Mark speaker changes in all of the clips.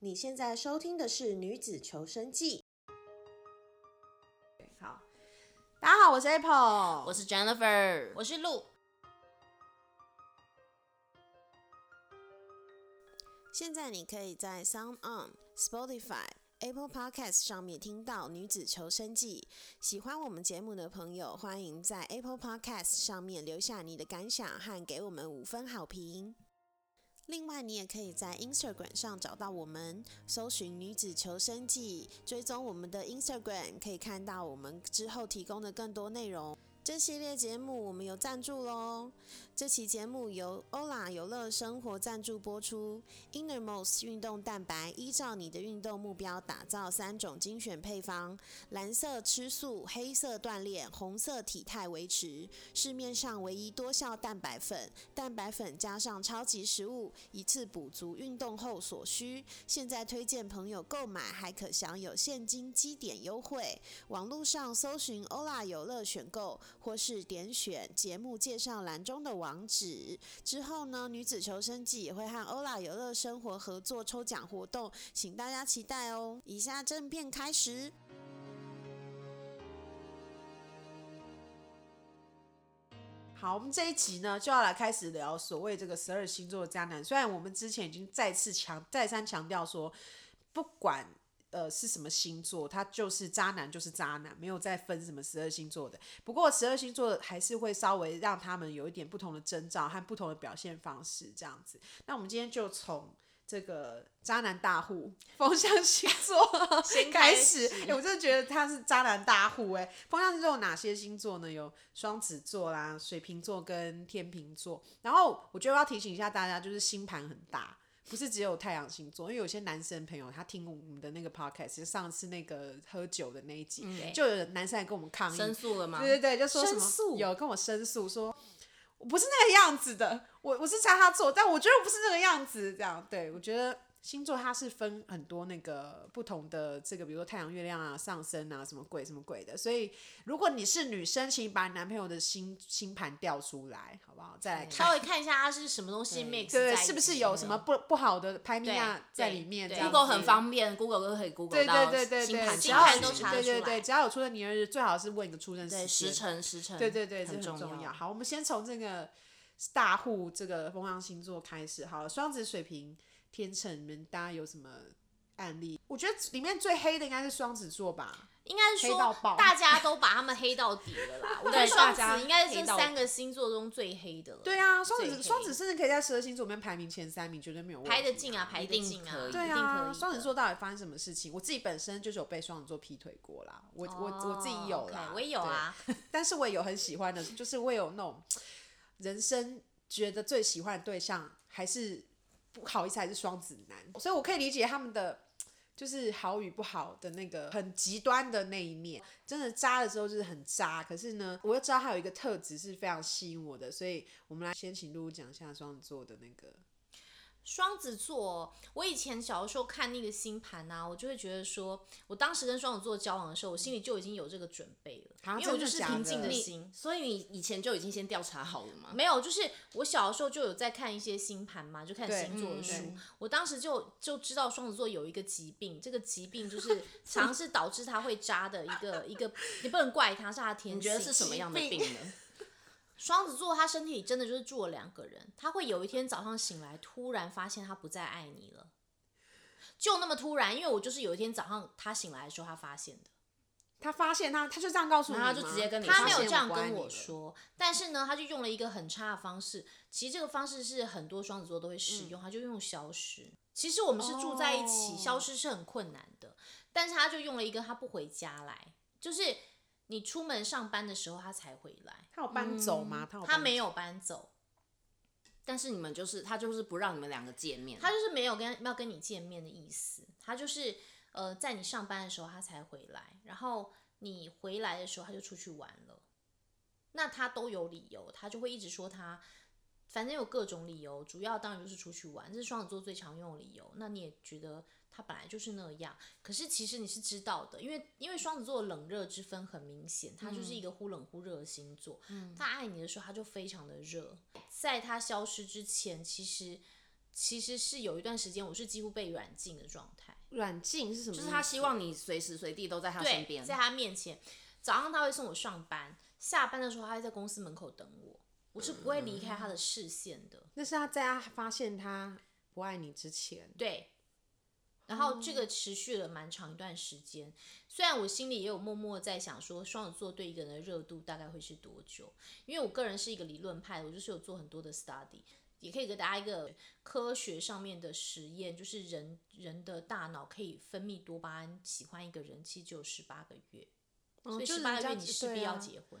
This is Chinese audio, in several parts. Speaker 1: 你现在收听的是《女子求生记》。
Speaker 2: 好，大家好，我是 Apple，
Speaker 3: 我是 Jennifer，
Speaker 4: 我是鹿。
Speaker 1: 现在你可以在 Sound On、Spotify、Apple Podcast 上面听到《女子求生记》。喜欢我们节目的朋友，欢迎在 Apple Podcast 上面留下你的感想和给我们五分好评。另外，你也可以在 Instagram 上找到我们，搜寻“女子求生记”，追踪我们的 Instagram，可以看到我们之后提供的更多内容。这系列节目我们有赞助喽，这期节目由欧拉有乐生活赞助播出。Innermost 运动蛋白依照你的运动目标打造三种精选配方：蓝色吃素，黑色锻炼，红色体态维持。市面上唯一多效蛋白粉，蛋白粉加上超级食物，一次补足运动后所需。现在推荐朋友购买，还可享有现金积点优惠。网络上搜寻欧拉有乐选购，或是点选节目介绍栏中的网址。之后呢，女子求生记也会和欧拉有乐生活合作抽奖活动，请大家期待哦。以下正片开始。
Speaker 2: 好，我们这一集呢就要来开始聊所谓这个十二星座的渣男。虽然我们之前已经再次强再三强调说，不管呃是什么星座，他就是渣男就是渣男，没有再分什么十二星座的。不过十二星座还是会稍微让他们有一点不同的征兆和不同的表现方式这样子。那我们今天就从。这个渣男大户风象星座
Speaker 4: 先
Speaker 2: 开
Speaker 4: 开
Speaker 2: 始
Speaker 4: 始，
Speaker 2: 哎、我真的觉得他是渣男大户哎、风象星座有哪些星座呢？有双子座啦、水瓶座跟天秤座。然后我觉得要提醒一下大家，就是星盘很大，不是只有太阳星座。因为有些男生朋友他听我们的那个 podcast，就上次那个喝酒的那一集，
Speaker 3: 嗯
Speaker 2: 就有男生来跟我们抗议，
Speaker 3: 申诉了吗？
Speaker 2: 对对对，就说什么
Speaker 3: 申诉
Speaker 2: 有跟我申诉说，我不是那个样子的，我我是叫他做，但我觉得我不是那个样子，这样对我觉得。星座它是分很多那个不同的这个，比如说太阳、月亮啊、上升啊，什么鬼什么鬼的。所以如果你是女生，请把你男朋友的星星盘调出来，好不好？再来
Speaker 4: 稍
Speaker 2: 看，
Speaker 4: 微看一下它是什么东西 mix 在
Speaker 2: 对，
Speaker 4: 一起
Speaker 2: 是不是有什么不不好的拍米亚
Speaker 4: 对
Speaker 2: 在
Speaker 4: 对
Speaker 2: 里面这
Speaker 4: 对
Speaker 2: 样子？
Speaker 3: Google 很方便，Google 都可以 Google
Speaker 2: 对
Speaker 3: 到
Speaker 2: 对对对
Speaker 3: 星
Speaker 2: 对，
Speaker 3: 盘
Speaker 2: 只
Speaker 4: 星
Speaker 2: 要
Speaker 4: 盘
Speaker 3: 上
Speaker 4: 都
Speaker 3: 面
Speaker 4: 查
Speaker 2: 对
Speaker 4: 得
Speaker 2: 对
Speaker 4: 出
Speaker 2: 对，
Speaker 4: 来
Speaker 2: 只要有出生年月日，最好是问一个出生
Speaker 3: 对
Speaker 2: 时
Speaker 3: 时
Speaker 2: 间。
Speaker 3: 辰时辰，
Speaker 2: 对对对，这
Speaker 3: 很
Speaker 2: 重
Speaker 3: 重要。
Speaker 2: 好，我们先从这个大户这个风象星座开始好了。双子、水瓶、天秤，你们大家有什么案例？我觉得里面最黑的应该是双子座吧。
Speaker 4: 应该是
Speaker 2: 黑到
Speaker 4: 说
Speaker 2: 爆
Speaker 4: 大家都把他们黑到底了啦。我觉得
Speaker 3: 对
Speaker 4: 双
Speaker 3: 大家
Speaker 4: 子应该
Speaker 3: 黑
Speaker 4: 是
Speaker 3: 到
Speaker 4: 三个星座中最黑的了。
Speaker 2: 对啊，双
Speaker 4: 最
Speaker 2: 子
Speaker 4: 黑
Speaker 2: 双子甚至可以在十二星座里面排名前三名，绝对没有问题。
Speaker 4: 排得进啊，排
Speaker 3: 一
Speaker 4: 得
Speaker 3: 定
Speaker 4: 进啊
Speaker 3: 可，以
Speaker 2: 对
Speaker 4: 一定可
Speaker 2: 啊，
Speaker 4: 以
Speaker 2: 双子
Speaker 4: 的
Speaker 2: 座到底发生什么事情？我自己本身就是有被双子座劈腿过啦，我、我我自己有啦
Speaker 4: 哦哦，OK，我也有
Speaker 2: 对
Speaker 4: 啊。
Speaker 2: 但是我也有很喜欢的，就是我有那种人生觉得最喜欢的对象，还是不好意思，还是双子男，所以我可以理解他们的就是好与不好的那个很极端的那一面。真的渣的时候就是很渣，可是呢，我又知道他有一个特质是非常吸引我的，所以我们来先请露露讲一下双子座的那个。
Speaker 4: 双子座，我以前小的时候看那个星盘啊，我就会觉得说，我当时跟双子座交往的时候，我心里就已经有这个准备了，
Speaker 2: 啊
Speaker 4: 因为我
Speaker 2: 真的
Speaker 4: 就是
Speaker 2: 假的
Speaker 4: 平静的
Speaker 2: 你
Speaker 4: 心。
Speaker 3: 所以你以前就已经先调查好了吗？
Speaker 4: 没有，就是我小的时候就有在看一些星盘嘛，就看
Speaker 2: 对
Speaker 4: 星座的
Speaker 2: 嗯
Speaker 4: 书。
Speaker 2: 对
Speaker 4: 我当时就就知道双子座有一个疾病，这个疾病就是常是导致他会渣的一个 一个，你不能怪他，是他的天性。
Speaker 3: 你觉得是什么样的病呢？
Speaker 4: 双子座他身体里真的就是住了两个人，他会有一天早上醒来，突然发现他不再爱你了，就那么突然。因为我就是有一天早上他醒来的时候，他发现的。
Speaker 2: 他发现他，他就这样告诉你
Speaker 3: 然
Speaker 2: 吗，
Speaker 3: 后他就直接跟你
Speaker 4: 他
Speaker 3: 发
Speaker 4: 没有
Speaker 3: 现
Speaker 4: 这样
Speaker 3: 我不爱
Speaker 4: 跟
Speaker 3: 你
Speaker 4: 我
Speaker 3: 了
Speaker 4: 说，但是呢，他就用了一个很差的方式。其实这个方式是很多双子座都会
Speaker 3: 嗯
Speaker 4: 使用，他就用消失。其实我们是住在一起，
Speaker 2: 哦
Speaker 4: 消失是很困难的，但是他就用了一个他不回家来，就是你出门上班的时候他才回来，
Speaker 2: 他有搬走
Speaker 3: 嗯
Speaker 2: 吗？他有
Speaker 4: 他
Speaker 2: 搬
Speaker 4: 没有搬走，
Speaker 3: 但是你们就是他就是不让你们两个见面，
Speaker 4: 他就是没有跟没有跟你见面的意思，他就是呃在你上班的时候他才回来，然后你回来的时候他就出去玩了，那他都有理由，他就会一直说他反正有各种理由，主要当然就是出去玩，这是双子座最常用的理由。那你也觉得他本来就是那样，可是其实你是知道的，因为因为双子座冷热之分很明显，他就是一个忽冷忽热的星座，
Speaker 3: 嗯
Speaker 4: 他爱你的时候他就非常的热，在他消失之前，其实。其实是有一段时间我是几乎被软禁的状态，
Speaker 3: 软禁是什么？就是他希望你随时随地都在他身
Speaker 4: 对，
Speaker 3: 边，
Speaker 4: 在他面前，早上他会送我上班，下班的时候他会在公司门口等我，我是不会离开他的视线的。
Speaker 2: 那是他在他发现他不爱你之前，
Speaker 4: 对，然后这
Speaker 2: 哦
Speaker 4: 个持续了蛮长一段时间。虽然我心里也有默默在想说，双子座对一个人的热度大概会是多久？因为我个人是一个理论派，我就是有做很多的 study，也可以给大家一个科学上面的实验，就是人人的大脑可以分泌多巴胺，喜欢一个人其实只有十八个月，所以
Speaker 2: 就
Speaker 4: 十
Speaker 2: 是
Speaker 4: 八
Speaker 2: 人
Speaker 4: 个
Speaker 2: 家
Speaker 4: 月你势必
Speaker 2: 对啊
Speaker 4: 要结婚。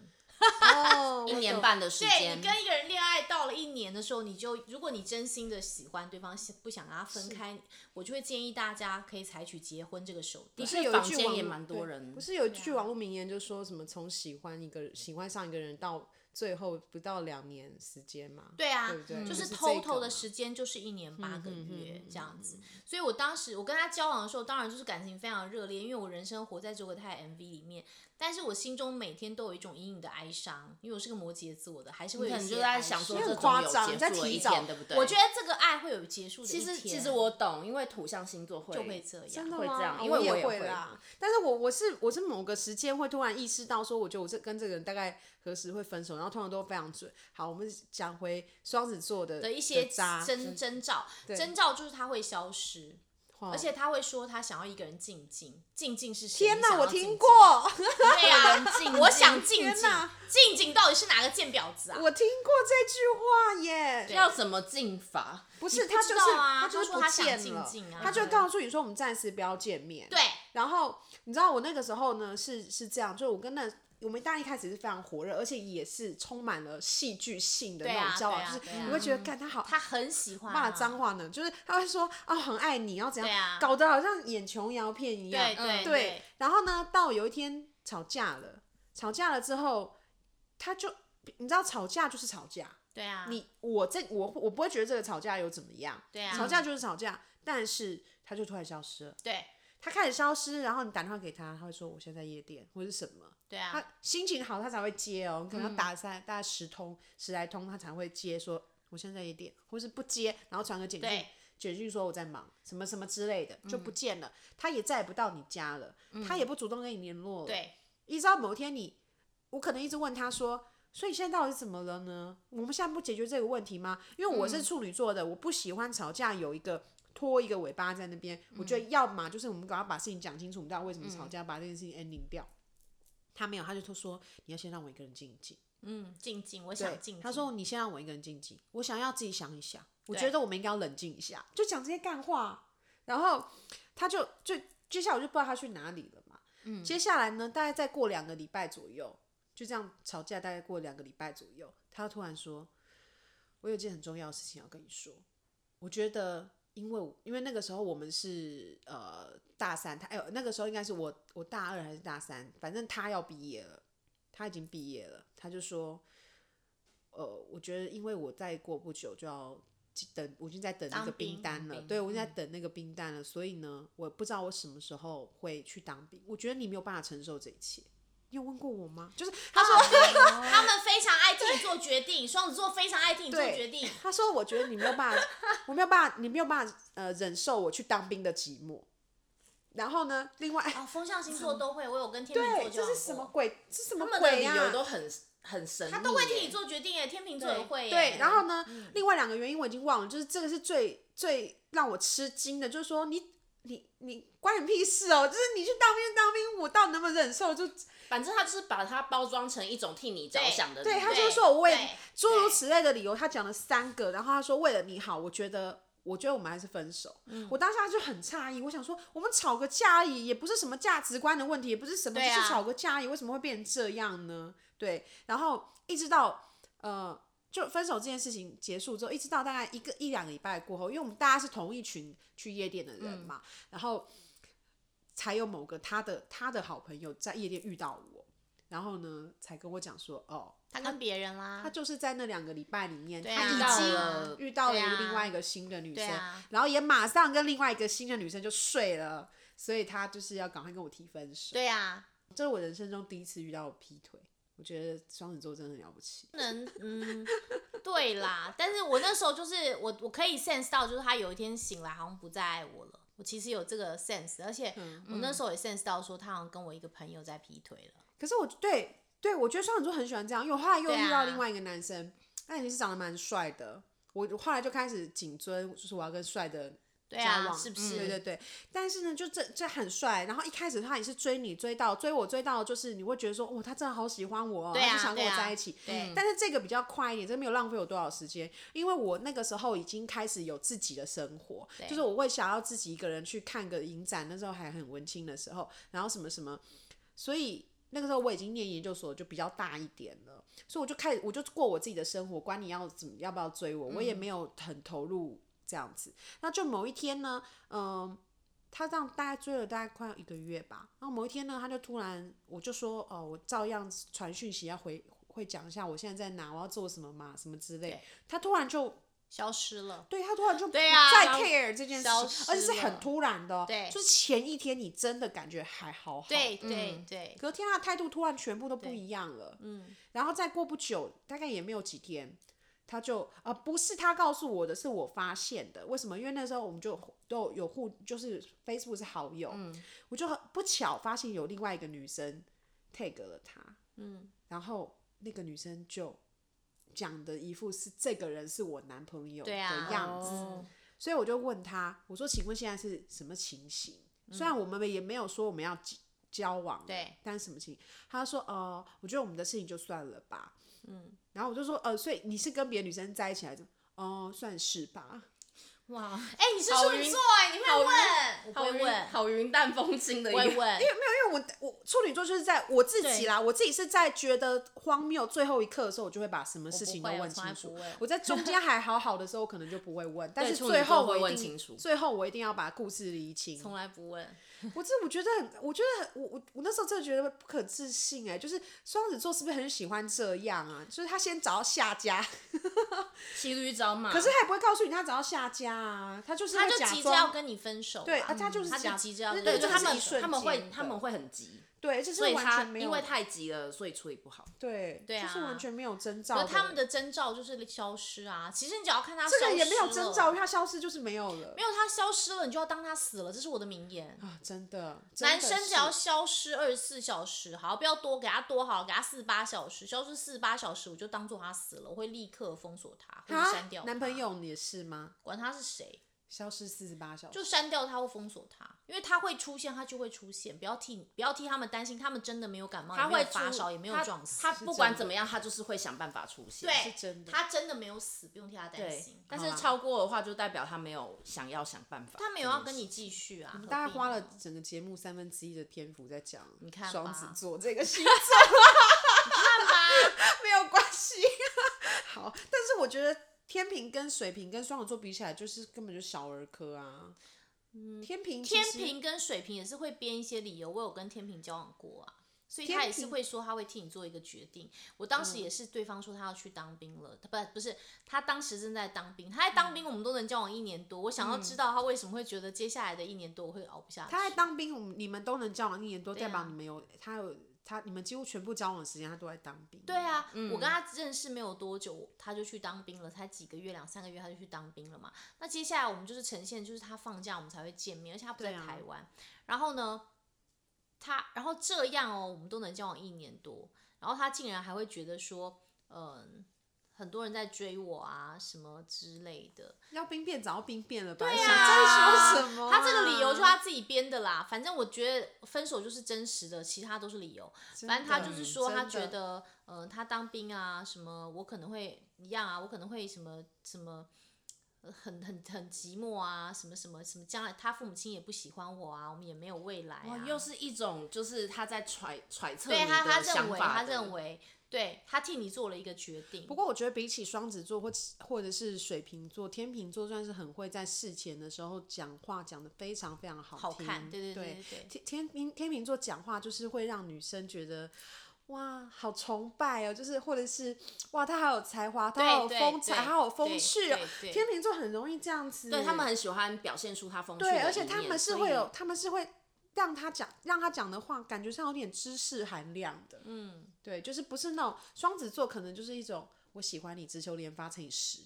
Speaker 2: 哦，
Speaker 3: 一
Speaker 2: 我
Speaker 3: 年
Speaker 2: 懂
Speaker 3: 半的时
Speaker 4: 对
Speaker 3: 间
Speaker 4: 你，跟一个人恋爱到了一年的时候，你就如果你真心的喜欢对方，不想跟他分开，我就会建议大家可以采取结婚这个手段。
Speaker 2: 是有一
Speaker 3: 坊
Speaker 2: 句
Speaker 3: 间
Speaker 2: 网
Speaker 3: 也
Speaker 2: 络
Speaker 3: 蛮多
Speaker 2: 对
Speaker 3: 人啊
Speaker 2: 不是有一句网络名言，就说什么从喜欢一个喜欢上一个人到最后不到两年时间嘛？
Speaker 4: 对啊，
Speaker 2: 对不对
Speaker 4: 就
Speaker 2: 就是是这
Speaker 4: 偷偷
Speaker 2: 个
Speaker 4: 的
Speaker 2: 嘛
Speaker 4: 时间就是一年八个
Speaker 2: 嗯
Speaker 4: 月
Speaker 2: 嗯嗯
Speaker 4: 这样子，所以我当时我跟他交往的时候，当然就是感情非常热烈，因为我人生活在周格泰 MV 里面，但是我心中每天都有一种隐隐的哀伤，因为我是个摩羯座的，还是会
Speaker 3: 你
Speaker 4: 有一
Speaker 3: 可能
Speaker 4: 些
Speaker 3: 就在
Speaker 4: 哀
Speaker 3: 想说
Speaker 4: 伤
Speaker 2: 很
Speaker 3: 这
Speaker 2: 夸
Speaker 3: 终有
Speaker 2: 张
Speaker 3: 结
Speaker 2: 在
Speaker 3: 束了
Speaker 2: 提
Speaker 3: 一
Speaker 2: 早
Speaker 3: 天，对不对？
Speaker 4: 我觉得这个爱会有结束的一
Speaker 3: 其
Speaker 4: 天。
Speaker 3: 实其实我懂，因为土象星座会
Speaker 4: 就会这样
Speaker 2: 真的
Speaker 3: 会
Speaker 2: 吗？
Speaker 3: 这样
Speaker 2: 哦
Speaker 3: 因为
Speaker 2: 我
Speaker 3: 我也
Speaker 2: 会
Speaker 3: 会
Speaker 2: 啦。但是我我是我是某个时间会突然意识到说，我觉得我这跟这个人大概何时会分手，然后通常都非常准。好，我们讲回双子座的
Speaker 4: 的一些
Speaker 2: 渣，
Speaker 4: 征征兆，征兆就是他会消失，而且他会说他想要一个人静静，静静是谁？
Speaker 2: 天
Speaker 4: 哪，
Speaker 2: 我听， 过，
Speaker 4: 对啊，我想静
Speaker 2: 天
Speaker 4: 静
Speaker 2: 哪，
Speaker 4: 静静到底是哪个贱婊子啊？
Speaker 2: 我听过这句话 耶。
Speaker 3: 要怎么进法？
Speaker 2: 不是
Speaker 4: 你不
Speaker 2: 他
Speaker 4: 知
Speaker 2: 就是
Speaker 4: 道啊
Speaker 2: 他就是
Speaker 4: 他说
Speaker 2: 不
Speaker 4: 他想
Speaker 2: 见
Speaker 4: 静
Speaker 2: 了
Speaker 4: 静啊，
Speaker 2: 他就
Speaker 4: 对
Speaker 2: 告诉你说我们暂时不要见面。
Speaker 4: 对，
Speaker 2: 然后你知道我那个时候呢是是这样，就我跟那我们大家一开始是非常火热，而且也是充满了戏剧性的
Speaker 4: 对
Speaker 2: 那
Speaker 4: 啊
Speaker 2: 种交往，
Speaker 4: 对啊
Speaker 2: 就是
Speaker 4: 对啊
Speaker 2: 你会觉得，看他好
Speaker 4: 他很喜欢
Speaker 2: 骂
Speaker 4: 啊
Speaker 2: 脏话呢，就是他会说啊很爱你，然后怎样，
Speaker 4: 对啊
Speaker 2: 搞得好像演琼瑶片一样。嗯
Speaker 4: 对对
Speaker 2: 对然后呢，到有一天吵架了，吵架了之后，他就你知道吵架就是吵架，
Speaker 4: 对啊，
Speaker 2: 你我这我我不会觉得这个吵架有怎么样，
Speaker 4: 对啊
Speaker 2: 吵架就是吵架，但是他就突然消失了，
Speaker 4: 对
Speaker 2: 他开始消失，然后你打电话给他，他会说我现在在夜店或者是什么，
Speaker 4: 对
Speaker 2: 他
Speaker 4: 啊，
Speaker 2: 心情好他才会接
Speaker 4: 嗯
Speaker 2: 哦，你可能要打三、大概十通十来通他才会接说我现在在夜店，或是不接，然后传个简讯
Speaker 4: 对，嗯
Speaker 2: 简讯说我在忙什么什么之类的就不见了，他也再也不到你家了，他也不主动跟你联络了，
Speaker 4: 对
Speaker 2: 一直到某天你，我可能一直问他说，所以现在到底怎么了呢？我们现在不解决这个问题吗？因为我
Speaker 4: 嗯
Speaker 2: 是处女座的，我不喜欢吵架有一个拖一个尾巴在那边，
Speaker 4: 嗯
Speaker 2: 我觉得要么就是我们赶快把事情讲清楚，我们到底为什么吵架，把这件事情 ending 掉。他没有，他就说你要先让我一个人静一静。
Speaker 4: 嗯，静静，我
Speaker 2: 对
Speaker 4: 想静静。
Speaker 2: 他说你先让我一个人静一静，我想要自己想一想。我
Speaker 4: 对
Speaker 2: 觉得我们应该要冷静一下，就讲这些干话。然后他就就接下来我就不知道他去哪里了嘛。嗯，接下来呢，大概再过两个礼拜左右，就这样吵架，大概过两个礼拜左右，他突然说：“我有件很重要的事情要跟你说。”我觉得，因为因为那个时候我们是呃大三，他哎呦那个时候应该是我我大二还是大三，反正他要毕业了，他已经毕业了，他就说，呃，我觉得因为我再过不久就要等，我已经在等那
Speaker 4: 当
Speaker 2: 个
Speaker 4: 兵
Speaker 2: 兵单
Speaker 4: 当
Speaker 2: 了，
Speaker 4: 兵嗯
Speaker 2: 对我已经在等那个兵单了，所以呢，我不知道我什么时候会去当兵，我觉得你没有办法承受这一切。你有问过我吗？就是他说，
Speaker 4: 他们非常爱替你做决定，双子座非常爱替你做
Speaker 2: 对
Speaker 4: 决定。
Speaker 2: 他说：“我觉得你没有办法， 我没有办法，你没有办法呃忍受我去当兵的寂寞。”然后呢，另外，
Speaker 4: 哦，风象星座都会，我有跟天秤
Speaker 2: 对，
Speaker 4: 座
Speaker 2: 这
Speaker 4: 交往
Speaker 2: 是什么
Speaker 4: 过，
Speaker 2: 鬼？这是什么
Speaker 3: 他们的
Speaker 2: 鬼啊
Speaker 3: 理
Speaker 2: 呀、
Speaker 3: 由都很很神秘耶，
Speaker 4: 他都会替你做决定耶，天秤座也会耶。
Speaker 2: 对，然后呢，
Speaker 3: 嗯
Speaker 2: 另外两个原因我已经忘了，就是这个是最最让我吃惊的，就是说你你你关你屁事哦！就是你去当兵当兵，我到底能不能忍受？就
Speaker 3: 反正他就是把它包装成一种替你着想的理
Speaker 2: 对，
Speaker 3: 由，
Speaker 2: 他
Speaker 4: 对
Speaker 2: 就说我为
Speaker 4: 对
Speaker 2: 诸如此类的理由，他讲了三个，然后他说为了你好，我觉得。我觉得我们还是分手。
Speaker 4: 嗯
Speaker 2: 我当下就很诧异，我想说，我们吵个架而已，也不是什么价值观的问题，也不是什么，
Speaker 4: 对啊
Speaker 2: 就是吵个架而已，为什么会变成这样呢？对，然后一直到呃，就分手这件事情结束之后，一直到大概一个一两个礼拜过后，因为我们大家是同一群去夜店的
Speaker 4: 嗯
Speaker 2: 人嘛，然后才有某个他的他的好朋友在夜店遇到我，然后呢，才跟我讲说，哦，
Speaker 4: 他跟别人啦，
Speaker 2: 他就是在那两个礼拜里面，
Speaker 4: 对
Speaker 2: 他
Speaker 4: 啊
Speaker 2: 已
Speaker 4: 遇
Speaker 2: 经
Speaker 4: 到了
Speaker 2: 遇到了
Speaker 4: 对啊
Speaker 2: 另外一个新的女生，
Speaker 4: 对啊
Speaker 2: 然后也马上跟另外一个新的女生就睡了，所以他就是要赶快跟我提分手。
Speaker 4: 对啊，
Speaker 2: 这是我人生中第一次遇到劈腿，我觉得双子座真的很了不起。
Speaker 4: 能，嗯，对啦。但是我那时候就是我，我可以 sense 到，就是他有一天醒来，好像不再爱我了。我其实有这个 sense，而且
Speaker 2: 嗯
Speaker 4: 我那时候也 sense 到说，他好像跟我一个朋友在劈腿了。
Speaker 2: 可是我对对，我觉得双子座很喜欢这样，因为我后来又
Speaker 4: 对
Speaker 2: 遇到
Speaker 4: 啊
Speaker 2: 另外一个男生，那也是长得蛮帅的。我我后来就开始谨遵，就是我要跟帅的
Speaker 4: 对
Speaker 2: 交
Speaker 4: 啊，
Speaker 2: 往，
Speaker 4: 是不
Speaker 2: 嗯
Speaker 4: 是？
Speaker 2: 对对对。但是呢，就这这很帅，然后一开始他也是追你追到追我追到，就是你会觉得说，哦，他真的好喜欢我、哦，
Speaker 4: 对
Speaker 2: 他
Speaker 4: 啊
Speaker 2: 就想跟
Speaker 4: 对
Speaker 2: 我
Speaker 4: 啊
Speaker 2: 在一起。
Speaker 4: 对
Speaker 2: 但是这个比较快一点，这没有浪费我多少时间，因为我那个时候已经开始有自己的生活，
Speaker 4: 对
Speaker 2: 就是我会想要自己一个人去看个影展，那时候还很文青的时候，然后什么什么，所以那个时候我已经念研究所，就比较大一点了，所以我就开始我就过我自己的生活，管你要怎么要不要追我，我也没有很投入这样子。那就某一天呢，嗯、他这样大概追了大概快要一个月吧，然后某一天呢，他就突然我就说哦，我照样传讯息要回会讲一下我现在在哪，我要做什么嘛，什么之类
Speaker 4: 对。
Speaker 2: 他突然就
Speaker 4: 消失了。
Speaker 2: 对他突然就不
Speaker 4: 对啊
Speaker 2: 再
Speaker 4: 然后
Speaker 2: care 这件事
Speaker 4: 消
Speaker 2: 情，而且是
Speaker 4: 失
Speaker 2: 很
Speaker 4: 了
Speaker 2: 突然的哦，
Speaker 4: 对
Speaker 2: 就是前一天你真的感觉还好好，
Speaker 4: 对对
Speaker 3: 嗯
Speaker 4: 对，
Speaker 2: 隔天他的态度突然全部都不一样了，
Speaker 4: 嗯，
Speaker 2: 然后再过不久，大概也没有几天，他就呃不是他告诉我的，是我发现的。为什么？因为那时候我们就都有互，就是 Facebook 是好友，
Speaker 4: 嗯
Speaker 2: 我就很不巧发现有另外一个女生 tag 了他，
Speaker 4: 嗯，
Speaker 2: 然后那个女生就讲的一副是这个人是我男朋友的
Speaker 4: 对啊
Speaker 2: 样子，
Speaker 3: 哦
Speaker 2: 所以我就问他，我说：“请问现在是什么情形？”虽然我们也没有说我们要交交往，
Speaker 4: 嗯对，
Speaker 2: 但是什么情形？他说：“呃，我觉得我们的事情就算了吧。”嗯，然后我就说：“呃，所以你是跟别的女生在一起还是？”哦，算是吧。
Speaker 3: 哇，
Speaker 4: 哎、你是
Speaker 3: 好
Speaker 4: 处女
Speaker 3: 晕
Speaker 4: 座哎、你会问？我不
Speaker 3: 好
Speaker 4: 会
Speaker 3: 云
Speaker 4: 问，
Speaker 3: 好云淡风轻的
Speaker 4: 不
Speaker 3: 一
Speaker 4: 会
Speaker 3: 个，
Speaker 4: 问，
Speaker 2: 因为我我处女座就是在我自己
Speaker 4: 对
Speaker 2: 啦，我自己是在觉得荒谬最后一刻的时候，我就会把什么事情都
Speaker 4: 我不会
Speaker 2: 问
Speaker 4: 我从来
Speaker 2: 清楚。
Speaker 4: 不问
Speaker 2: 我在中间还好好的时候，我可能就不会 问，但是
Speaker 3: 处女
Speaker 2: 最
Speaker 3: 座
Speaker 2: 后
Speaker 3: 会
Speaker 2: 我一
Speaker 3: 问
Speaker 2: 定
Speaker 3: 清楚
Speaker 2: 最后我一定要把故事厘清。
Speaker 4: 从来不问。
Speaker 2: 我这我觉得很，我觉得很，我我我那时候真的觉得不可置信哎、就是双子座是不是很喜欢这样啊？就是他先找到下家，
Speaker 3: 骑驴找马。
Speaker 2: 可是他也不会告诉你他找到下家啊，他就是
Speaker 4: 他
Speaker 2: 会
Speaker 4: 就
Speaker 2: 假
Speaker 4: 急着要
Speaker 2: 装欸
Speaker 4: 跟你分手啊，
Speaker 2: 对啊，他就是
Speaker 4: 他
Speaker 2: 假
Speaker 4: 就急着要
Speaker 2: 对
Speaker 4: 跟
Speaker 3: 对，
Speaker 4: 你
Speaker 3: 就
Speaker 2: 这
Speaker 3: 他
Speaker 2: 是
Speaker 3: 们
Speaker 2: 一瞬
Speaker 3: 他们
Speaker 2: 间
Speaker 3: 会
Speaker 2: 的
Speaker 3: 他们会很急，
Speaker 2: 对，这是
Speaker 3: 所以
Speaker 2: 完
Speaker 3: 他
Speaker 2: 全没有
Speaker 3: 因为太急了，所以处理不好。
Speaker 2: 对
Speaker 4: 对
Speaker 2: 就是
Speaker 4: 啊
Speaker 2: 完全没有征兆
Speaker 4: 可
Speaker 2: 的，
Speaker 4: 是他们的征兆就是消失啊。其实你只要看他
Speaker 2: 这个也
Speaker 4: 消
Speaker 2: 没有
Speaker 4: 失
Speaker 2: 征
Speaker 4: 了
Speaker 2: 兆，因为他消失就是没有了，
Speaker 4: 没有他消失了，你就要当他死了，这是我的名言。
Speaker 2: 啊，真的，真
Speaker 4: 男
Speaker 2: 的
Speaker 4: 生
Speaker 2: 是
Speaker 4: 只要消失二十四小时，好，不要多给他多好，给他四十八小时，消失四十八小时，我就当做他死了，我会立刻封锁他，或者删
Speaker 2: 啊
Speaker 4: 掉，他
Speaker 2: 男朋，友也是吗？
Speaker 4: 管他是谁，
Speaker 2: 消失四十八小时，
Speaker 4: 就删掉他或封锁他，因为他会出现，他就会出现，不要替不要替他们担心，他们真的没有感冒，
Speaker 3: 他
Speaker 4: 也没
Speaker 3: 会
Speaker 4: 有发
Speaker 3: 出
Speaker 4: 烧，也没有
Speaker 3: 他
Speaker 4: 撞死，
Speaker 3: 他
Speaker 2: 是
Speaker 3: 不
Speaker 2: 真
Speaker 3: 管
Speaker 2: 的
Speaker 3: 怎么样，他就是会想办法出现。
Speaker 4: 对，
Speaker 2: 是真的
Speaker 4: 他真的没有死，不用替他担
Speaker 3: 对
Speaker 4: 心，。
Speaker 3: 但
Speaker 2: 好
Speaker 3: 是
Speaker 2: 啦
Speaker 3: 超过的话，就代表他没有想要想办法。
Speaker 4: 他没有要跟你继续
Speaker 3: 嗯
Speaker 4: 啊，
Speaker 2: 大概
Speaker 4: 何必
Speaker 2: 花
Speaker 4: 呢
Speaker 2: 了整个节目三分之一的篇幅在讲
Speaker 4: 你看吧
Speaker 2: 双子座这个 星座， 没有关系。好，但是我觉得天平跟水瓶跟双子座比起来，就是根本就小儿科啊。嗯，天平其
Speaker 4: 天
Speaker 2: 实
Speaker 4: 平跟水瓶也是会编一些理由，我有跟天平交往过啊，所以
Speaker 2: 天
Speaker 4: 他也是
Speaker 2: 平嗯
Speaker 4: 会说他会替你做一个决定。我当时也是，对方说他要去当兵了，他不不是他当时正在当兵，他在
Speaker 2: 嗯
Speaker 4: 当兵，我们都能交往一年多。我想要知道他为什么会觉得接下来的一年多我会熬不下去。
Speaker 2: 他在当兵，我们你们都能交往一年多，
Speaker 4: 对啊
Speaker 2: 代表你们有他有他，你们几乎全部交往时间他都在当兵。
Speaker 4: 对，啊，我跟他认识没有多久，他就去当兵了，才几个月，两三个月他就去当兵了嘛。那接下来我们就是呈现，就是他放假我们才会见面，而且他不在
Speaker 2: 对啊
Speaker 4: 台湾。然后呢，他然后这样哦，我们都能交往一年多，然后他竟然还会觉得说，嗯、很多人在追我啊，什么之类的。
Speaker 2: 要兵变早要兵变了吧？对
Speaker 4: 啊
Speaker 2: 在说什么啊、
Speaker 4: 他这个理由就他自己编的啦，反正我觉得分手就是真实的，其他都是理由。
Speaker 2: 真的，
Speaker 4: 反正他就是说，
Speaker 2: 真
Speaker 4: 他
Speaker 2: 的
Speaker 4: 觉得，呃，他当兵啊，什么，我可能会一样啊，我可能会什么什么，呃很很很寂寞啊，什么什么什么，将来他父母亲也不喜欢我啊，我们也没有未来
Speaker 3: 哇
Speaker 4: 啊，，
Speaker 3: 又是一种就是他在揣揣测你
Speaker 4: 对他他
Speaker 3: 的
Speaker 4: 认
Speaker 3: 想
Speaker 4: 为
Speaker 3: 法。
Speaker 4: 他认，为，对他替你做了一个决定，
Speaker 2: 不过我觉得比起双子座或或者是水瓶座、天秤座，算是很会在事前的时候讲话讲的非常非常好
Speaker 4: 好
Speaker 2: 听
Speaker 4: 看，对
Speaker 2: 对
Speaker 4: 对对对对。
Speaker 2: 天天平天秤座讲话就是会让女生觉得。哇，好崇拜哦！就是或者是哇，他好有才华，他好有
Speaker 4: 对
Speaker 2: 风采，
Speaker 4: 对
Speaker 2: 他好有风
Speaker 4: 对
Speaker 2: 趣哦。
Speaker 4: 对对
Speaker 2: 天秤座很容易这样子，
Speaker 3: 对他们很喜欢表现出他风趣的
Speaker 2: 对，
Speaker 3: 一面，
Speaker 2: 而且他们是会有，他们是会让他讲让他讲的话，感觉上有点知识含量的。嗯，对，就是不是那种双子座，可能就是一种我喜欢你，直球连发乘以十、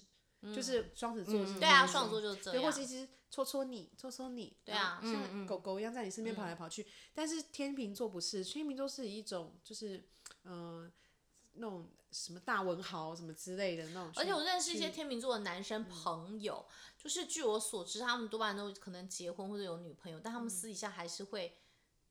Speaker 2: 就是双子座是那种、
Speaker 4: 嗯对啊，双子座就是
Speaker 2: 嗯
Speaker 4: 这
Speaker 2: 对，或
Speaker 4: 样。
Speaker 2: 者是戳戳你，戳戳你，对
Speaker 4: 啊嗯
Speaker 2: 像狗狗一样在你身边跑来跑去。但是天秤座不是，天秤座是一种就是嗯、呃那种什么大文豪什么之类的那种去。
Speaker 4: 而且我认识一些天秤座的男
Speaker 3: 嗯
Speaker 4: 生朋友，就是据我所知，他们多半都可能结婚或者有女朋友，但他
Speaker 3: 嗯
Speaker 4: 们私底下还是会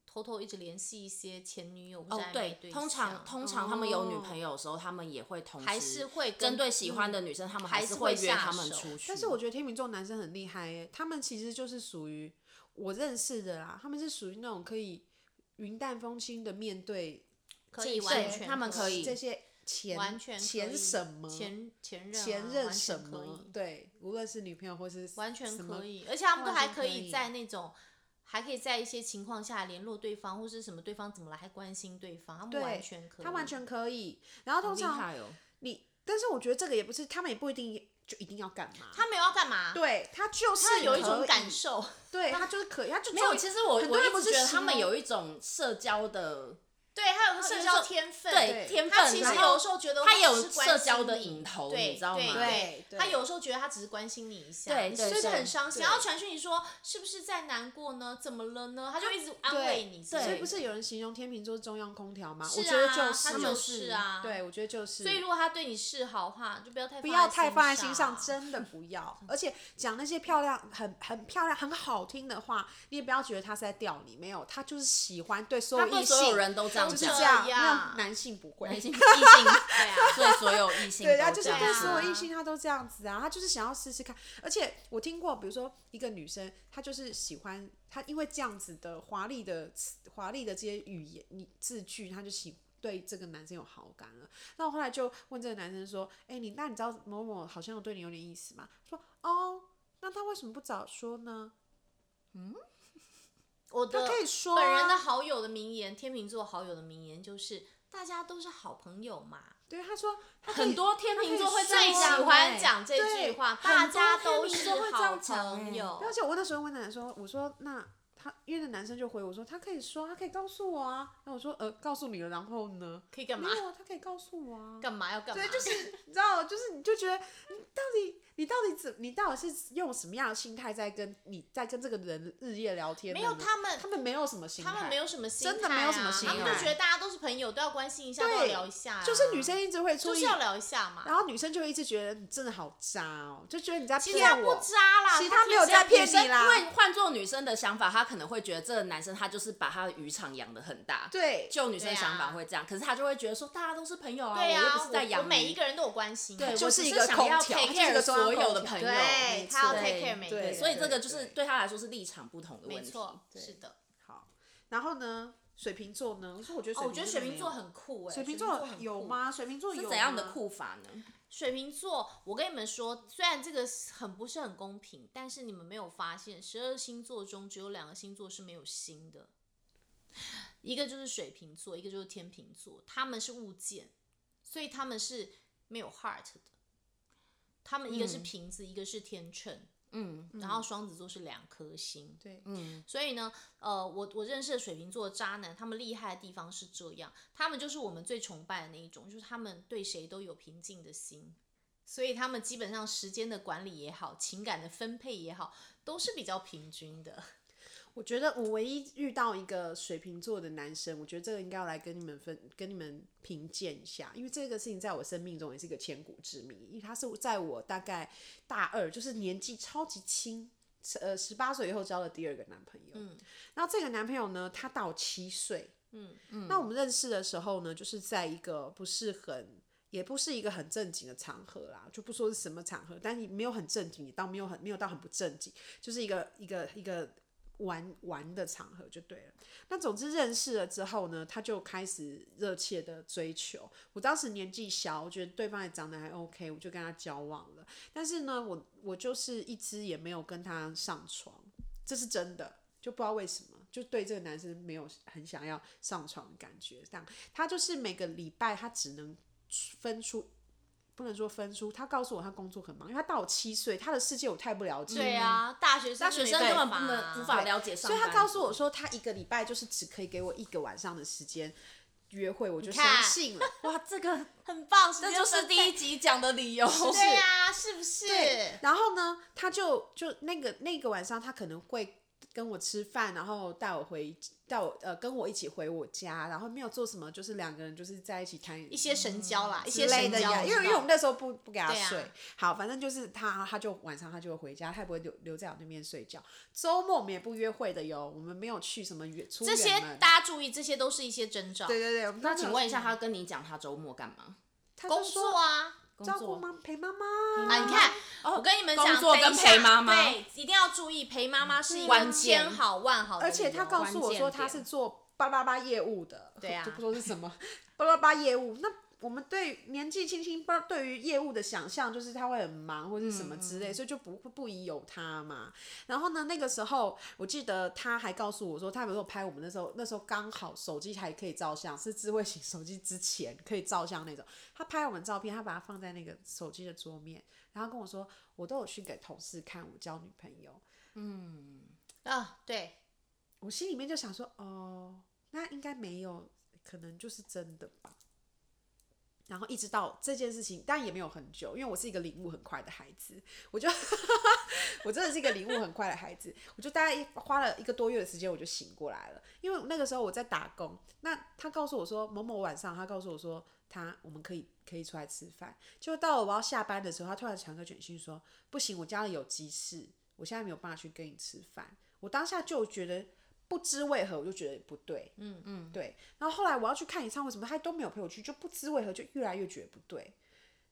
Speaker 4: 偷偷一直联系一些前女友或者
Speaker 3: 哦
Speaker 4: 暧，昧
Speaker 3: 对，通常
Speaker 4: 象
Speaker 3: 通常他们有女朋友的时候，他们也会同时
Speaker 4: 还是会跟嗯
Speaker 3: 针对喜欢的女生，他们还
Speaker 4: 还是
Speaker 3: 是会
Speaker 4: 会
Speaker 3: 约他们
Speaker 4: 下手
Speaker 3: 出去。
Speaker 2: 但是我觉得天秤座男生很厉害耶，他们其实就是属于我认识的啦，他们是属于那种可以云淡风轻的面对
Speaker 4: 可以
Speaker 2: 这
Speaker 4: 完
Speaker 2: 些
Speaker 4: 全
Speaker 3: 他们可以
Speaker 2: 这些前
Speaker 4: 完全可以
Speaker 2: 前什么
Speaker 4: 前前任啊
Speaker 2: 前任什
Speaker 4: 完全
Speaker 2: 么
Speaker 4: 可以，
Speaker 2: 对，无论是女朋友或是
Speaker 4: 完全
Speaker 2: 什么
Speaker 4: 可以，而且他们都还可
Speaker 2: 完全可以
Speaker 4: 以在那种。还可以在一些情况下联络对方，或是什么对方怎么了，还关心对方，他们
Speaker 2: 对
Speaker 4: 完全可以，
Speaker 2: 他完全可以。然后通
Speaker 3: 厉
Speaker 2: 常
Speaker 3: 害哦，
Speaker 2: 你，但是我觉得这个也不是，他们也不一定就一定要干嘛。
Speaker 4: 他没有要干嘛，
Speaker 2: 对他就是
Speaker 4: 他有一种
Speaker 2: 可以
Speaker 4: 感，受，
Speaker 2: 对他就是可以，他就
Speaker 3: 没有。
Speaker 2: 终于
Speaker 3: 其实我
Speaker 2: 很多
Speaker 3: 我
Speaker 2: 人
Speaker 3: 一
Speaker 2: 不
Speaker 3: 直
Speaker 2: 是
Speaker 3: 觉得他
Speaker 2: 形
Speaker 3: 们
Speaker 2: 容
Speaker 3: 有一种社交的
Speaker 4: 对，还有个社
Speaker 3: 有一
Speaker 4: 交
Speaker 3: 种
Speaker 4: 天分，
Speaker 3: 对天分，
Speaker 4: 他其实
Speaker 3: 然后
Speaker 4: 有时候觉得
Speaker 3: 他
Speaker 4: 只
Speaker 3: 有
Speaker 4: 是关
Speaker 3: 社
Speaker 4: 心
Speaker 3: 交的
Speaker 4: 你
Speaker 3: 瘾头
Speaker 4: 对
Speaker 3: 你知道吗
Speaker 4: 对
Speaker 2: 对
Speaker 4: 他
Speaker 2: 对
Speaker 4: 有时候觉得他只是关心你一下，
Speaker 3: 对
Speaker 4: 你
Speaker 3: 对
Speaker 4: 是不是
Speaker 3: 对
Speaker 4: 很伤心？
Speaker 2: 对
Speaker 4: 然后传讯你说是不是在难过呢？怎么了呢？他就一直安慰你，
Speaker 3: 对
Speaker 2: 所
Speaker 4: 所
Speaker 2: 以不是有人形容天秤座是中央空调吗？
Speaker 4: 是
Speaker 2: 我
Speaker 4: 啊，
Speaker 2: 觉得就
Speaker 4: 他
Speaker 2: 是，
Speaker 4: 就是啊，
Speaker 2: 对，。我觉得就是。
Speaker 4: 所以如果他对你示好的话，就不要太
Speaker 2: 不要
Speaker 4: 在
Speaker 2: 太放在心
Speaker 4: 心
Speaker 2: 上，真的不要。而且讲那些漂亮、很很漂亮、很好听的话，你也不要觉得他是在吊你，没有，他就是喜欢对所
Speaker 3: 他
Speaker 2: 有
Speaker 3: 对
Speaker 2: 异
Speaker 3: 所有
Speaker 2: 性
Speaker 3: 人都这样
Speaker 2: 就是
Speaker 3: 讲，
Speaker 2: 这
Speaker 4: 这
Speaker 2: 样，
Speaker 4: 样
Speaker 2: 那男性不会，
Speaker 3: 异性异性，
Speaker 4: 对啊，
Speaker 3: 对所有异性
Speaker 2: 对
Speaker 3: 都这
Speaker 2: 啊，
Speaker 3: 样，
Speaker 2: 就是对所有
Speaker 4: 啊
Speaker 2: 异性他都这样子啊，他就是想要试试看。而且我听过，比如说一个女生，她就是喜欢她，因为这样子的华丽的词华丽的这些语言、你字句，她就喜对这个男生有好感了。那我后来就问这个男生说：“哎、你那你知道某某好像对你有点意思吗？”说：“哦，那他为什么不早说呢？
Speaker 4: 我
Speaker 2: 他
Speaker 4: 的
Speaker 2: 可以说、啊。”
Speaker 4: 本人的好友的名言，天秤座好友的名言就是大家都是好朋友嘛，
Speaker 2: 对他说，他可以
Speaker 3: 很多天秤座会
Speaker 4: 最喜欢讲这
Speaker 2: 对
Speaker 4: 句话，
Speaker 2: 很
Speaker 4: 大
Speaker 2: 多
Speaker 4: 家
Speaker 2: 天
Speaker 4: 都
Speaker 2: 秤
Speaker 4: 是
Speaker 2: 座会这
Speaker 4: 好
Speaker 2: 样讲
Speaker 4: 朋
Speaker 3: 欸
Speaker 4: 友
Speaker 2: 对。而且我那时候问男生说，我说那他，因为那男生就回我说，他可以说，他可以告诉我啊。然后我说，呃，告诉你了，然后呢？
Speaker 4: 可以干嘛
Speaker 2: 没有啊，他可以告诉我啊。
Speaker 4: 干哎嘛要干嘛？
Speaker 2: 对，就是你知道，就是你就觉得，你到底你到底怎，你到底是用什么样的心态在跟你在跟这个人日夜聊天呢？
Speaker 4: 没有他们
Speaker 2: 他们没有什么心态，
Speaker 4: 他们没有什么心态、啊，
Speaker 2: 真的没有什么心
Speaker 4: 他们就
Speaker 2: 态
Speaker 4: 觉得大家都是朋友，都要关心一下，都要
Speaker 2: 对
Speaker 4: 聊一下、啊，
Speaker 2: 就是女生一直会
Speaker 4: 就
Speaker 2: 注
Speaker 4: 是
Speaker 2: 意，
Speaker 4: 要聊一下嘛。
Speaker 2: 然后女生就会一直觉得你真的好渣哦，就觉得你在
Speaker 4: 其实他
Speaker 2: 骗
Speaker 4: 不
Speaker 2: 我。
Speaker 4: 渣啦，
Speaker 2: 其实
Speaker 4: 他
Speaker 2: 他没有在骗你啦
Speaker 3: 因为换做女生的想法，她可能会觉得这个男生他就是把他的渔场养的很大。，
Speaker 2: 对，
Speaker 3: 就女生的想法会这样，可是她就会觉得说大家都是朋友啊，
Speaker 4: 对
Speaker 3: 我
Speaker 4: 啊，
Speaker 3: 又不是在
Speaker 4: 我
Speaker 3: 养
Speaker 4: 我
Speaker 3: 鱼
Speaker 4: 每一个人都有关心，啊
Speaker 3: 对，
Speaker 2: 就
Speaker 3: 我
Speaker 2: 是
Speaker 3: 只
Speaker 2: 一
Speaker 3: 是
Speaker 2: 个
Speaker 3: 想
Speaker 2: 空
Speaker 3: 要
Speaker 2: 调它
Speaker 3: take
Speaker 2: 就是一
Speaker 3: care
Speaker 2: 个中央
Speaker 3: 所有
Speaker 2: 空
Speaker 3: 的
Speaker 2: 调
Speaker 3: 朋友，
Speaker 4: 对
Speaker 3: 没
Speaker 4: 他要
Speaker 3: 错
Speaker 4: take care 每一个
Speaker 2: 对
Speaker 4: 人，
Speaker 3: 所以这个
Speaker 2: 对
Speaker 3: 就是
Speaker 2: 对
Speaker 3: 对她来说是立场不同的问
Speaker 4: 没
Speaker 3: 题。
Speaker 4: 错，
Speaker 3: 对
Speaker 4: 是的。
Speaker 2: 好，然后呢，水瓶座呢？我说我觉得
Speaker 4: 哦，
Speaker 2: 水
Speaker 4: 我觉得水
Speaker 2: 没
Speaker 4: 瓶
Speaker 2: 有
Speaker 4: 座很酷哎、
Speaker 2: 水瓶
Speaker 4: 座
Speaker 2: 座
Speaker 4: 很
Speaker 2: 有
Speaker 4: 酷？
Speaker 2: 吗？水瓶座有
Speaker 3: 是怎样的
Speaker 2: 吗？
Speaker 3: 酷法呢？
Speaker 4: 水瓶座，我跟你们说，虽然这个很不是很公平，但是你们没有发现，十二星座中只有两个星座是没有心的，一个就是水瓶座，一个就是天秤座，他们是物件，所以他们是没有 heart 的。他们一个是
Speaker 3: 嗯
Speaker 4: 瓶子，一个是天秤，
Speaker 3: 嗯
Speaker 4: 然后双子座是两颗星。
Speaker 2: 对，
Speaker 3: 嗯，
Speaker 4: 所以呢，呃，我我认识的水瓶座的渣男，他们厉害的地方是这样，他们就是我们最崇拜的那一种，就是他们对谁都有平静的心，所以他们基本上时间的管理也好，情感的分配也好，都是比较平均的。
Speaker 2: 我觉得我唯一遇到一个水瓶座的男生，我觉得这个应该要来跟你们分，跟你们评鉴一下，因为这个事情在我生命中也是一个千古之谜，因为他是在我大概大二，就是年纪超级轻，呃，十八岁以后交的第二个男朋友。嗯，然后这个男朋友呢，他大我七岁。
Speaker 4: 嗯
Speaker 2: 嗯，那我们认识的时候呢，就是在一个不是很。也不是一个很正经的场合啦，就不说是什么场合，但你没有很正经，也到没有很没有到很不正经，就是一个一个一个玩玩的场合就对了。那总之认识了之后呢，他就开始热切的追求。我当时年纪小，我觉得对方也长得还 OK，我就跟他交往了。但是呢，我我就是一直也没有跟他上床，这是真的，就不知道为什么，就对这个男生没有很想要上床的感觉。这样，他就是每个礼拜他只能分出。不能说分出，他告诉我他工作很忙，因为他到我七岁，他的世界我太不了解。
Speaker 4: 对啊，大学生
Speaker 3: 大学生
Speaker 4: 没
Speaker 3: 根本
Speaker 4: 办
Speaker 3: 不
Speaker 4: 法啊
Speaker 3: 能无法了解上
Speaker 2: 所以
Speaker 3: 班族，
Speaker 2: 他告诉我说，他一个礼拜就是只可以给我一个晚上的时间约会，我就相
Speaker 4: 看
Speaker 2: 信了。
Speaker 3: 哇，这个
Speaker 4: 很棒，
Speaker 3: 这
Speaker 4: 这
Speaker 3: 就是第一集讲的理由，
Speaker 4: 对啊，是不是？
Speaker 2: 对，然后呢，他就就那个那个晚上，他可能会跟我吃饭，然后带我回带我呃跟我一起回我家，然后没有做什么，就是两个人就是在一起谈
Speaker 4: 一些神交啦，一
Speaker 2: 之
Speaker 4: 些
Speaker 2: 类
Speaker 4: 神
Speaker 2: 的
Speaker 4: 交，
Speaker 2: 呀，因为因为我们那时候不不给他
Speaker 4: 对啊
Speaker 2: 睡，好，反正就是他他就晚上他就会回家，他也不会留留在我那边睡觉。周末我们也不约会的哟，我们没有去什么远出
Speaker 4: 这些
Speaker 2: 远门。
Speaker 4: 大家注意，这些都是一些征兆。
Speaker 2: 对对对，我们
Speaker 3: 那
Speaker 2: 那
Speaker 3: 请问一下，他跟你讲他周末干嘛？
Speaker 4: 工作啊，
Speaker 2: 照顾
Speaker 3: 作
Speaker 2: 妈陪妈妈
Speaker 4: 啊，你看，我跟你们讲，
Speaker 3: 哦工作跟
Speaker 4: 等一下
Speaker 3: 陪妈妈
Speaker 4: 对，一定要注意陪妈妈是一个
Speaker 3: 关键
Speaker 4: 千好万好的
Speaker 2: 而
Speaker 4: 理由，
Speaker 2: 且他告诉我说
Speaker 3: 关键点
Speaker 2: 他是做八八八业务的，
Speaker 4: 对啊
Speaker 2: 就不说是什么八八八业务。那我们对年纪轻轻，不知道对于业务的想象就是他会很忙或是什么之类，所以就不不宜有他嘛。然后呢，那个时候我记得他还告诉我说，他有时候拍我们那时候，那时候刚好手机还可以照相，是智慧型手机之前可以照相那种。他拍我们照片，他把它放在那个手机的桌面，然后跟我说，我都有去给同事看我交女朋友。
Speaker 4: 啊，对，
Speaker 2: 我心里面就想说，哦，那应该没有，可能就是真的吧。然后一直到这件事情，但也没有很久，因为我是一个领悟很快的孩子，我就 我真的是一个领悟很快的孩子，我就大概花了一个多月的时间，我就醒过来了。因为那个时候我在打工，那他告诉我说某某晚上，他告诉我说他我们可以可以出来吃饭，就到了我要下班的时候，他突然传个简讯说不行，我家里有急事，我现在没有办法去跟你吃饭。我当下就觉得不知为何，我就觉得不对，嗯嗯，对。然后后来我要去看演唱会什么，他都没有陪我去，就不知为何就越来越觉得不对。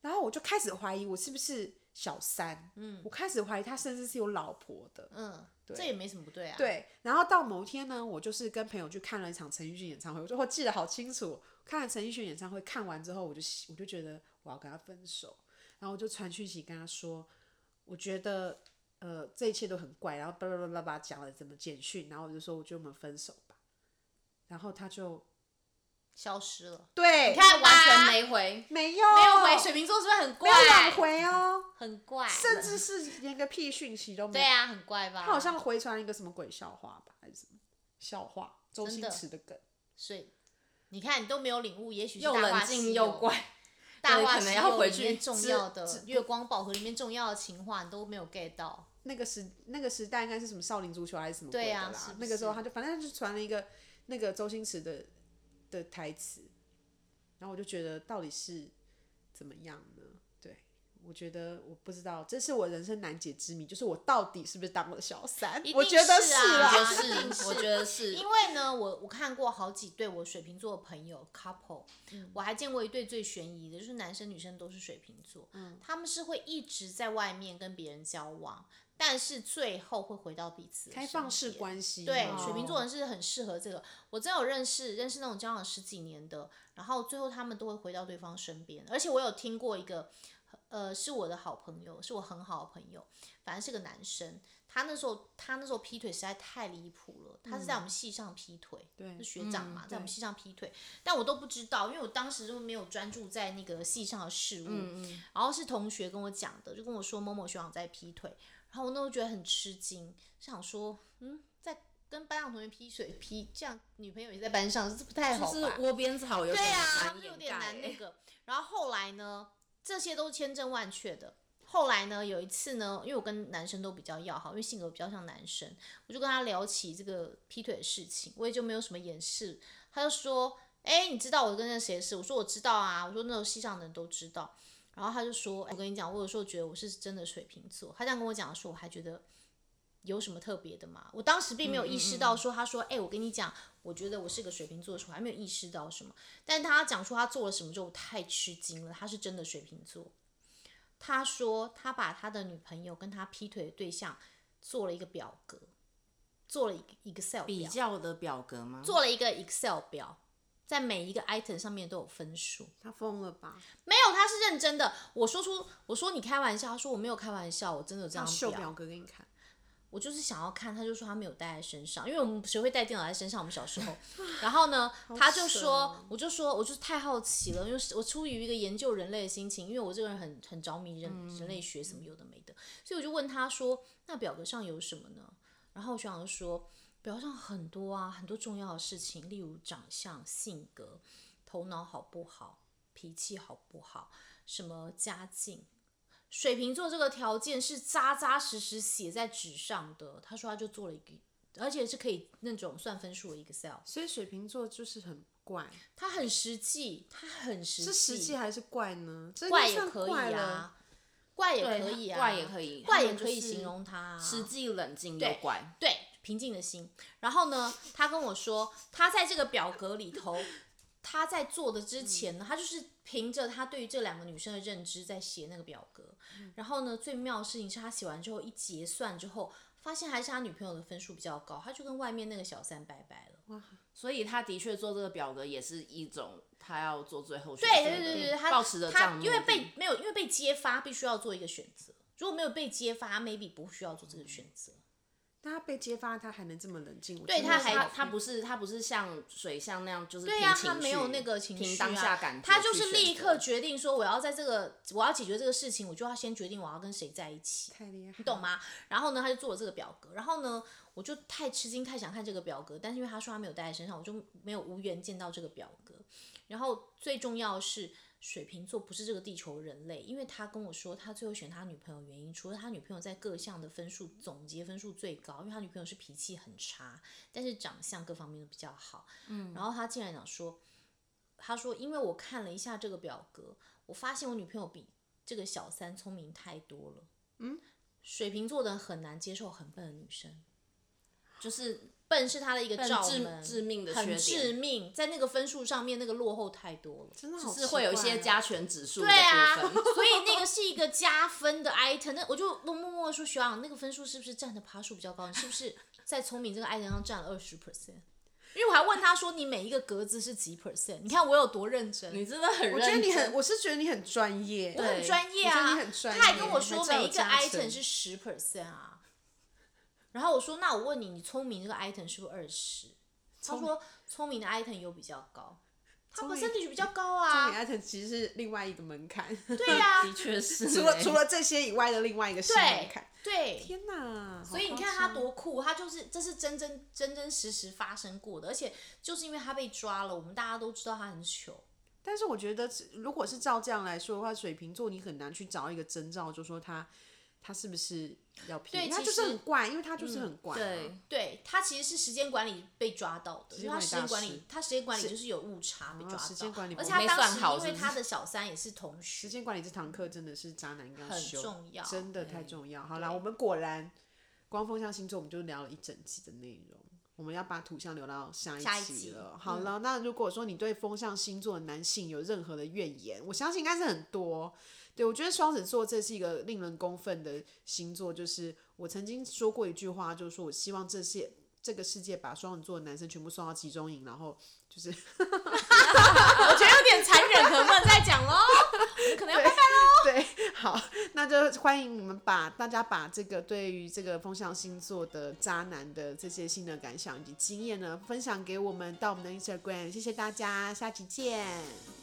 Speaker 2: 然后我就开始怀疑我是不是小三，嗯，我开始怀疑他甚至是有老婆的，
Speaker 4: 嗯，这也没什么不对啊。，
Speaker 2: 对，然后到某一天呢，我就是跟朋友去看了一场陈奕迅演唱会，我就我记得好清楚，看了陈奕迅演唱会，看完之后我就我就觉得我要跟他分手，然后我就传讯息跟他说，我觉得呃这一切都很怪，然后巴拉巴拉巴拉讲了怎么简讯，然后我就说我觉得我们分手吧，然后他就
Speaker 4: 消失了，
Speaker 2: 对，
Speaker 4: 你看吧
Speaker 3: 完全啊没回。
Speaker 2: 没有
Speaker 4: 没有回，水瓶座是不是很
Speaker 2: 没有挽
Speaker 4: 怪？
Speaker 2: 回哦，
Speaker 4: 很怪，
Speaker 2: 甚至是连个屁讯息都没
Speaker 4: 对
Speaker 2: 有，
Speaker 4: 啊，很怪吧？
Speaker 2: 他好像回传一个什么鬼笑话吧，还是什么笑话，周
Speaker 4: 真
Speaker 2: 星
Speaker 4: 的
Speaker 2: 驰的梗。
Speaker 4: 所以你看，你都没有领悟，也许是
Speaker 3: 又
Speaker 4: 大话
Speaker 3: 冷
Speaker 4: 西
Speaker 3: 静
Speaker 4: 游
Speaker 3: 又怪，
Speaker 4: 大
Speaker 3: 对
Speaker 4: 话
Speaker 3: 可能
Speaker 4: 西
Speaker 3: 要
Speaker 4: 游
Speaker 3: 回
Speaker 4: 里
Speaker 3: 去
Speaker 4: 面重
Speaker 3: 知
Speaker 4: 要的《月光宝盒》里面重要的情话，你都没有 get 到。
Speaker 2: 那个时那个时代应该是什么少林足球还是什么鬼的
Speaker 4: 对
Speaker 2: 啦？
Speaker 4: 啊是不
Speaker 2: 那个时候
Speaker 4: 是
Speaker 2: 他就反正他就传了一个那个周星驰的的台词，然后我就觉得到底是怎么样呢？对我觉得我不知道，这是我人生难解之谜，就是我到底是不是当了小三？
Speaker 4: 一
Speaker 2: 我
Speaker 4: 定
Speaker 2: 觉得
Speaker 4: 是
Speaker 2: 啦
Speaker 4: 啊
Speaker 3: 就
Speaker 4: 一定
Speaker 3: 是
Speaker 4: 是
Speaker 3: 我觉得是，
Speaker 4: 因为呢，我我看过好几对我水瓶座的朋友 couple，、我还见过一对最悬疑的，就是男生女生都是水瓶座，他们是会一直在外面跟别人交往，但是最后会回到彼此的
Speaker 2: 开放
Speaker 4: 身
Speaker 2: 式
Speaker 4: 边
Speaker 2: 关系吗，
Speaker 4: 对，水瓶座人是很适合这个。我真有认识认识那种交往十几年的，然后最后他们都会回到对方身边。而且我有听过一个，呃，是我的好朋友，是我很好的朋友，反正是个男生。他那时候他那时候劈腿实在太离谱了，他是在我们系上劈腿，
Speaker 2: 嗯对
Speaker 4: 是学长嘛，
Speaker 2: 嗯
Speaker 4: 在我们
Speaker 2: 对
Speaker 4: 系上劈腿，但我都不知道，因为我当时就没有专注在那个系上的事物。
Speaker 2: 嗯
Speaker 4: 然后是同学跟我讲的，就跟我说某某学长在劈腿，然后我那时候觉得很吃惊，想说，嗯，在跟班上同学劈腿劈，这样女朋友也在班上，这不太
Speaker 3: 就
Speaker 4: 好
Speaker 3: 是
Speaker 4: 吧？
Speaker 3: 窝边草有
Speaker 4: 对
Speaker 3: 点
Speaker 4: 啊，
Speaker 3: 难
Speaker 4: 有
Speaker 3: 掩
Speaker 4: 点
Speaker 3: 盖欸
Speaker 4: 难那个。然后后来呢，这些都千真万确的。后来呢，有一次呢，因为我跟男生都比较要好，因为性格比较像男生，我就跟他聊起这个劈腿的事情，我也就没有什么掩饰。他就说：“哎、你知道我跟那谁的事？”我说：“我知道啊。”我说：“那种系上的人都知道。”然后他就说：“哎我跟你讲，我有时候觉得我是真的水瓶座。”他这样跟我讲的时候，我还觉得有什么特别的吗？我当时并没有
Speaker 3: 嗯
Speaker 4: 意识到说，他说：“哎、我跟你讲，我觉得我是个水瓶座的时候，我还没有意识到什么。”但他讲出他做了什么之后，我太吃惊了，他是真的水瓶座。他说他把他的女朋友跟他劈腿的对象做了一个表格，做了一个 Excel
Speaker 3: 比
Speaker 4: 表，
Speaker 3: 较的表格吗？
Speaker 4: 做了一个 Excel 表，在每一个 item 上面都有分数。
Speaker 2: 他疯了吧？
Speaker 4: 没有，他是认真的。我说出我说你开玩笑，他说我没有开玩笑，我真的有这
Speaker 2: 他
Speaker 4: 样
Speaker 2: 秀
Speaker 4: 表
Speaker 2: 表格给你看，
Speaker 4: 我就是想要看，他就说他没有带在身上，因为我们谁会带电脑在身上？我们小时候，然后呢，他就
Speaker 2: 扯
Speaker 4: 说
Speaker 2: 哦，
Speaker 4: 我就说，我就是太好奇了，因为是我出于一个研究人类的心情，因为我这个人很很着迷人、
Speaker 2: 嗯
Speaker 4: 人类学什么有的没的，所以我就问他说，那表格上有什么呢？然后我学长就说，表格上很多啊，很多重要的事情，例如长相、性格、头脑好不好、脾气好不好、什么家境。水瓶座这个条件是扎扎实实写在纸上的。他说他就做了一个，而且是可以那种算分数的 Excel。
Speaker 2: 所以水瓶座就是很怪，
Speaker 4: 他很实际，他很实际，
Speaker 2: 是实际还是怪呢？这应
Speaker 4: 怪
Speaker 2: 该
Speaker 4: 也
Speaker 2: 算
Speaker 4: 可
Speaker 2: 怪
Speaker 4: 以
Speaker 2: 了。
Speaker 4: 啊，怪也
Speaker 3: 对
Speaker 4: 可以啊，
Speaker 3: 怪也可以
Speaker 4: 怪
Speaker 3: 他
Speaker 4: 也
Speaker 3: 们
Speaker 4: 可以
Speaker 3: 就是
Speaker 4: 形容他、啊，
Speaker 3: 实际冷静又怪，
Speaker 4: 对，平静的心。然后呢，他跟我说，他在这个表格里头，他在做的之前呢，他就是凭着他对于这两个女生的认知在写那个表格。
Speaker 3: 嗯
Speaker 4: 然后呢，最妙的事情是他写完之后一结算之后，发现还是他女朋友的分数比较高，他就跟外面那个小三拜拜了。
Speaker 3: 所以他的确做这个表格也是一种他要做最后选
Speaker 4: 哎对
Speaker 3: 择的
Speaker 4: 对对对，他
Speaker 3: 保嗯持着这样
Speaker 4: 他
Speaker 3: 的
Speaker 4: 因为
Speaker 3: 目的
Speaker 4: 被没有因为被揭发，必须要做一个选择。如果没有被揭发，maybe 不需要做这个选择。
Speaker 2: 但他被揭发，他还能这么冷静，我
Speaker 4: 对
Speaker 2: 真的
Speaker 4: 他
Speaker 2: 是
Speaker 4: 还
Speaker 2: 好
Speaker 3: 他
Speaker 2: 佩服
Speaker 3: 他不是他不是像水象那样，就是
Speaker 4: 对
Speaker 3: 呀、
Speaker 4: 呀、他没有那个情绪、
Speaker 3: 凭
Speaker 4: 啊、
Speaker 3: 当下感觉
Speaker 4: 他就
Speaker 3: 去
Speaker 4: 是
Speaker 3: 选
Speaker 4: 立
Speaker 3: 择
Speaker 4: 刻决定说，我要在这个，我要解决这个事情，我就要先决定我要跟谁在一起，
Speaker 2: 太厉害，
Speaker 4: 你懂？吗？啊然后呢，他就做了这个表格，然后呢，我就太吃惊，太想看这个表格，但是因为他说他没有带在身上，我就没有无缘见到这个表格。然后最重要的是，水瓶座不是这个地球人类，因为他跟我说，他最后选他女朋友原因，除了他女朋友在各项的分数总结分数最高，因为他女朋友是脾气很差，但是长相各方面都比较好。嗯，然后他竟然讲说，他说因为我看了一下这个表格，我发现我女朋友比这个小三聪明太多了。嗯，水瓶座的人很难接受很笨的女生。
Speaker 3: 就是
Speaker 4: 笨是他的一个罩
Speaker 3: 致
Speaker 4: 门，
Speaker 3: 致命的缺
Speaker 4: 很
Speaker 3: 点
Speaker 4: 致命，在那个分数上面，那个落后太多了。
Speaker 2: 真的好哦
Speaker 3: 是会有一些
Speaker 2: 家
Speaker 3: 加权指数的
Speaker 4: 对啊，
Speaker 3: 部分。
Speaker 4: 所以那个是一个加分的 item。那我就默默地说，学长，那个分数是不是占的爬数比较高？你是不是在聪明这个 item 上占了二十 percent？因为我还问他说，你每一个格子是几 percent？你看我有多认真，
Speaker 3: 你真的很
Speaker 2: 我觉
Speaker 3: 认真，
Speaker 2: 得你很，我是觉得你很专业，
Speaker 3: 我很对
Speaker 4: 专业
Speaker 2: 我觉得
Speaker 4: 啊，
Speaker 2: 你很专业
Speaker 4: 他还跟我说
Speaker 2: 还真有
Speaker 4: 每一个
Speaker 2: 加成
Speaker 4: item 是十 percent 啊。然后我说，那我问你，你聪明这个 item 是不是二十？他说聪明的 item 有比较高，他
Speaker 2: 明
Speaker 4: percentage 比较高
Speaker 2: 聪
Speaker 4: 啊
Speaker 2: 明。爱情其实是另外一个门槛，
Speaker 4: 对呀、
Speaker 3: 的确 是
Speaker 2: 除了
Speaker 3: 欸
Speaker 2: 除了这些以外的另外一个新门
Speaker 4: 对
Speaker 2: 槛。
Speaker 4: 对，
Speaker 2: 天哪！
Speaker 4: 所以
Speaker 2: 好
Speaker 4: 你
Speaker 2: 夸
Speaker 4: 看他
Speaker 2: 张
Speaker 4: 多酷，他就是这是真真真真实实发生过的，而且就是因为他被抓了，我们大家都知道他很糗。
Speaker 2: 但是我觉得是，如果是照这样来说的话，水瓶座你很难去找一个征兆，就说他他是不是要劈
Speaker 4: 对
Speaker 2: 他
Speaker 4: 其
Speaker 2: 就是
Speaker 4: 实嗯
Speaker 2: 很怪，因为他就是很怪、啊
Speaker 3: 对，
Speaker 4: 对他其实是时间管理被抓到的，因为他时
Speaker 2: 时间
Speaker 4: 间管
Speaker 2: 管理
Speaker 4: 理他时间管理就是有误差被抓到，
Speaker 2: 啊时间管理
Speaker 4: 而且
Speaker 2: 我
Speaker 4: 他
Speaker 2: 没
Speaker 4: 当
Speaker 3: 算
Speaker 4: 时
Speaker 3: 好
Speaker 4: 因为
Speaker 3: 是不是
Speaker 4: 他的小三也是同
Speaker 2: 时
Speaker 4: 学，
Speaker 2: 间管理这堂课真的是渣男应该要
Speaker 4: 很
Speaker 2: 修，
Speaker 4: 重要
Speaker 2: 真的
Speaker 4: 对
Speaker 2: 太重要。好啦，
Speaker 4: 对
Speaker 2: 我们果然光风象星座，我们就聊了一整集的内容。我们要把土象留到下一
Speaker 4: 下一
Speaker 2: 集
Speaker 4: 集嗯
Speaker 2: 了。好了，那如果说你对风象星座的男性有任何的怨言，我相信应该是很多。对我觉得双子座这是一个令人公愤的星座，就是我曾经说过一句话，就是说我希望这些这个世界把双子座的男生全部送到集中营，然后就是
Speaker 4: 我觉得有点残忍，可不能再讲喽，哦我们可能要拜拜喽。
Speaker 2: 对，好，那就欢迎你们把大家把这个对于这个风象星座的渣男的这些新的感想以及经验呢，分享给我们到我们的 Instagram，谢谢大家，下期见。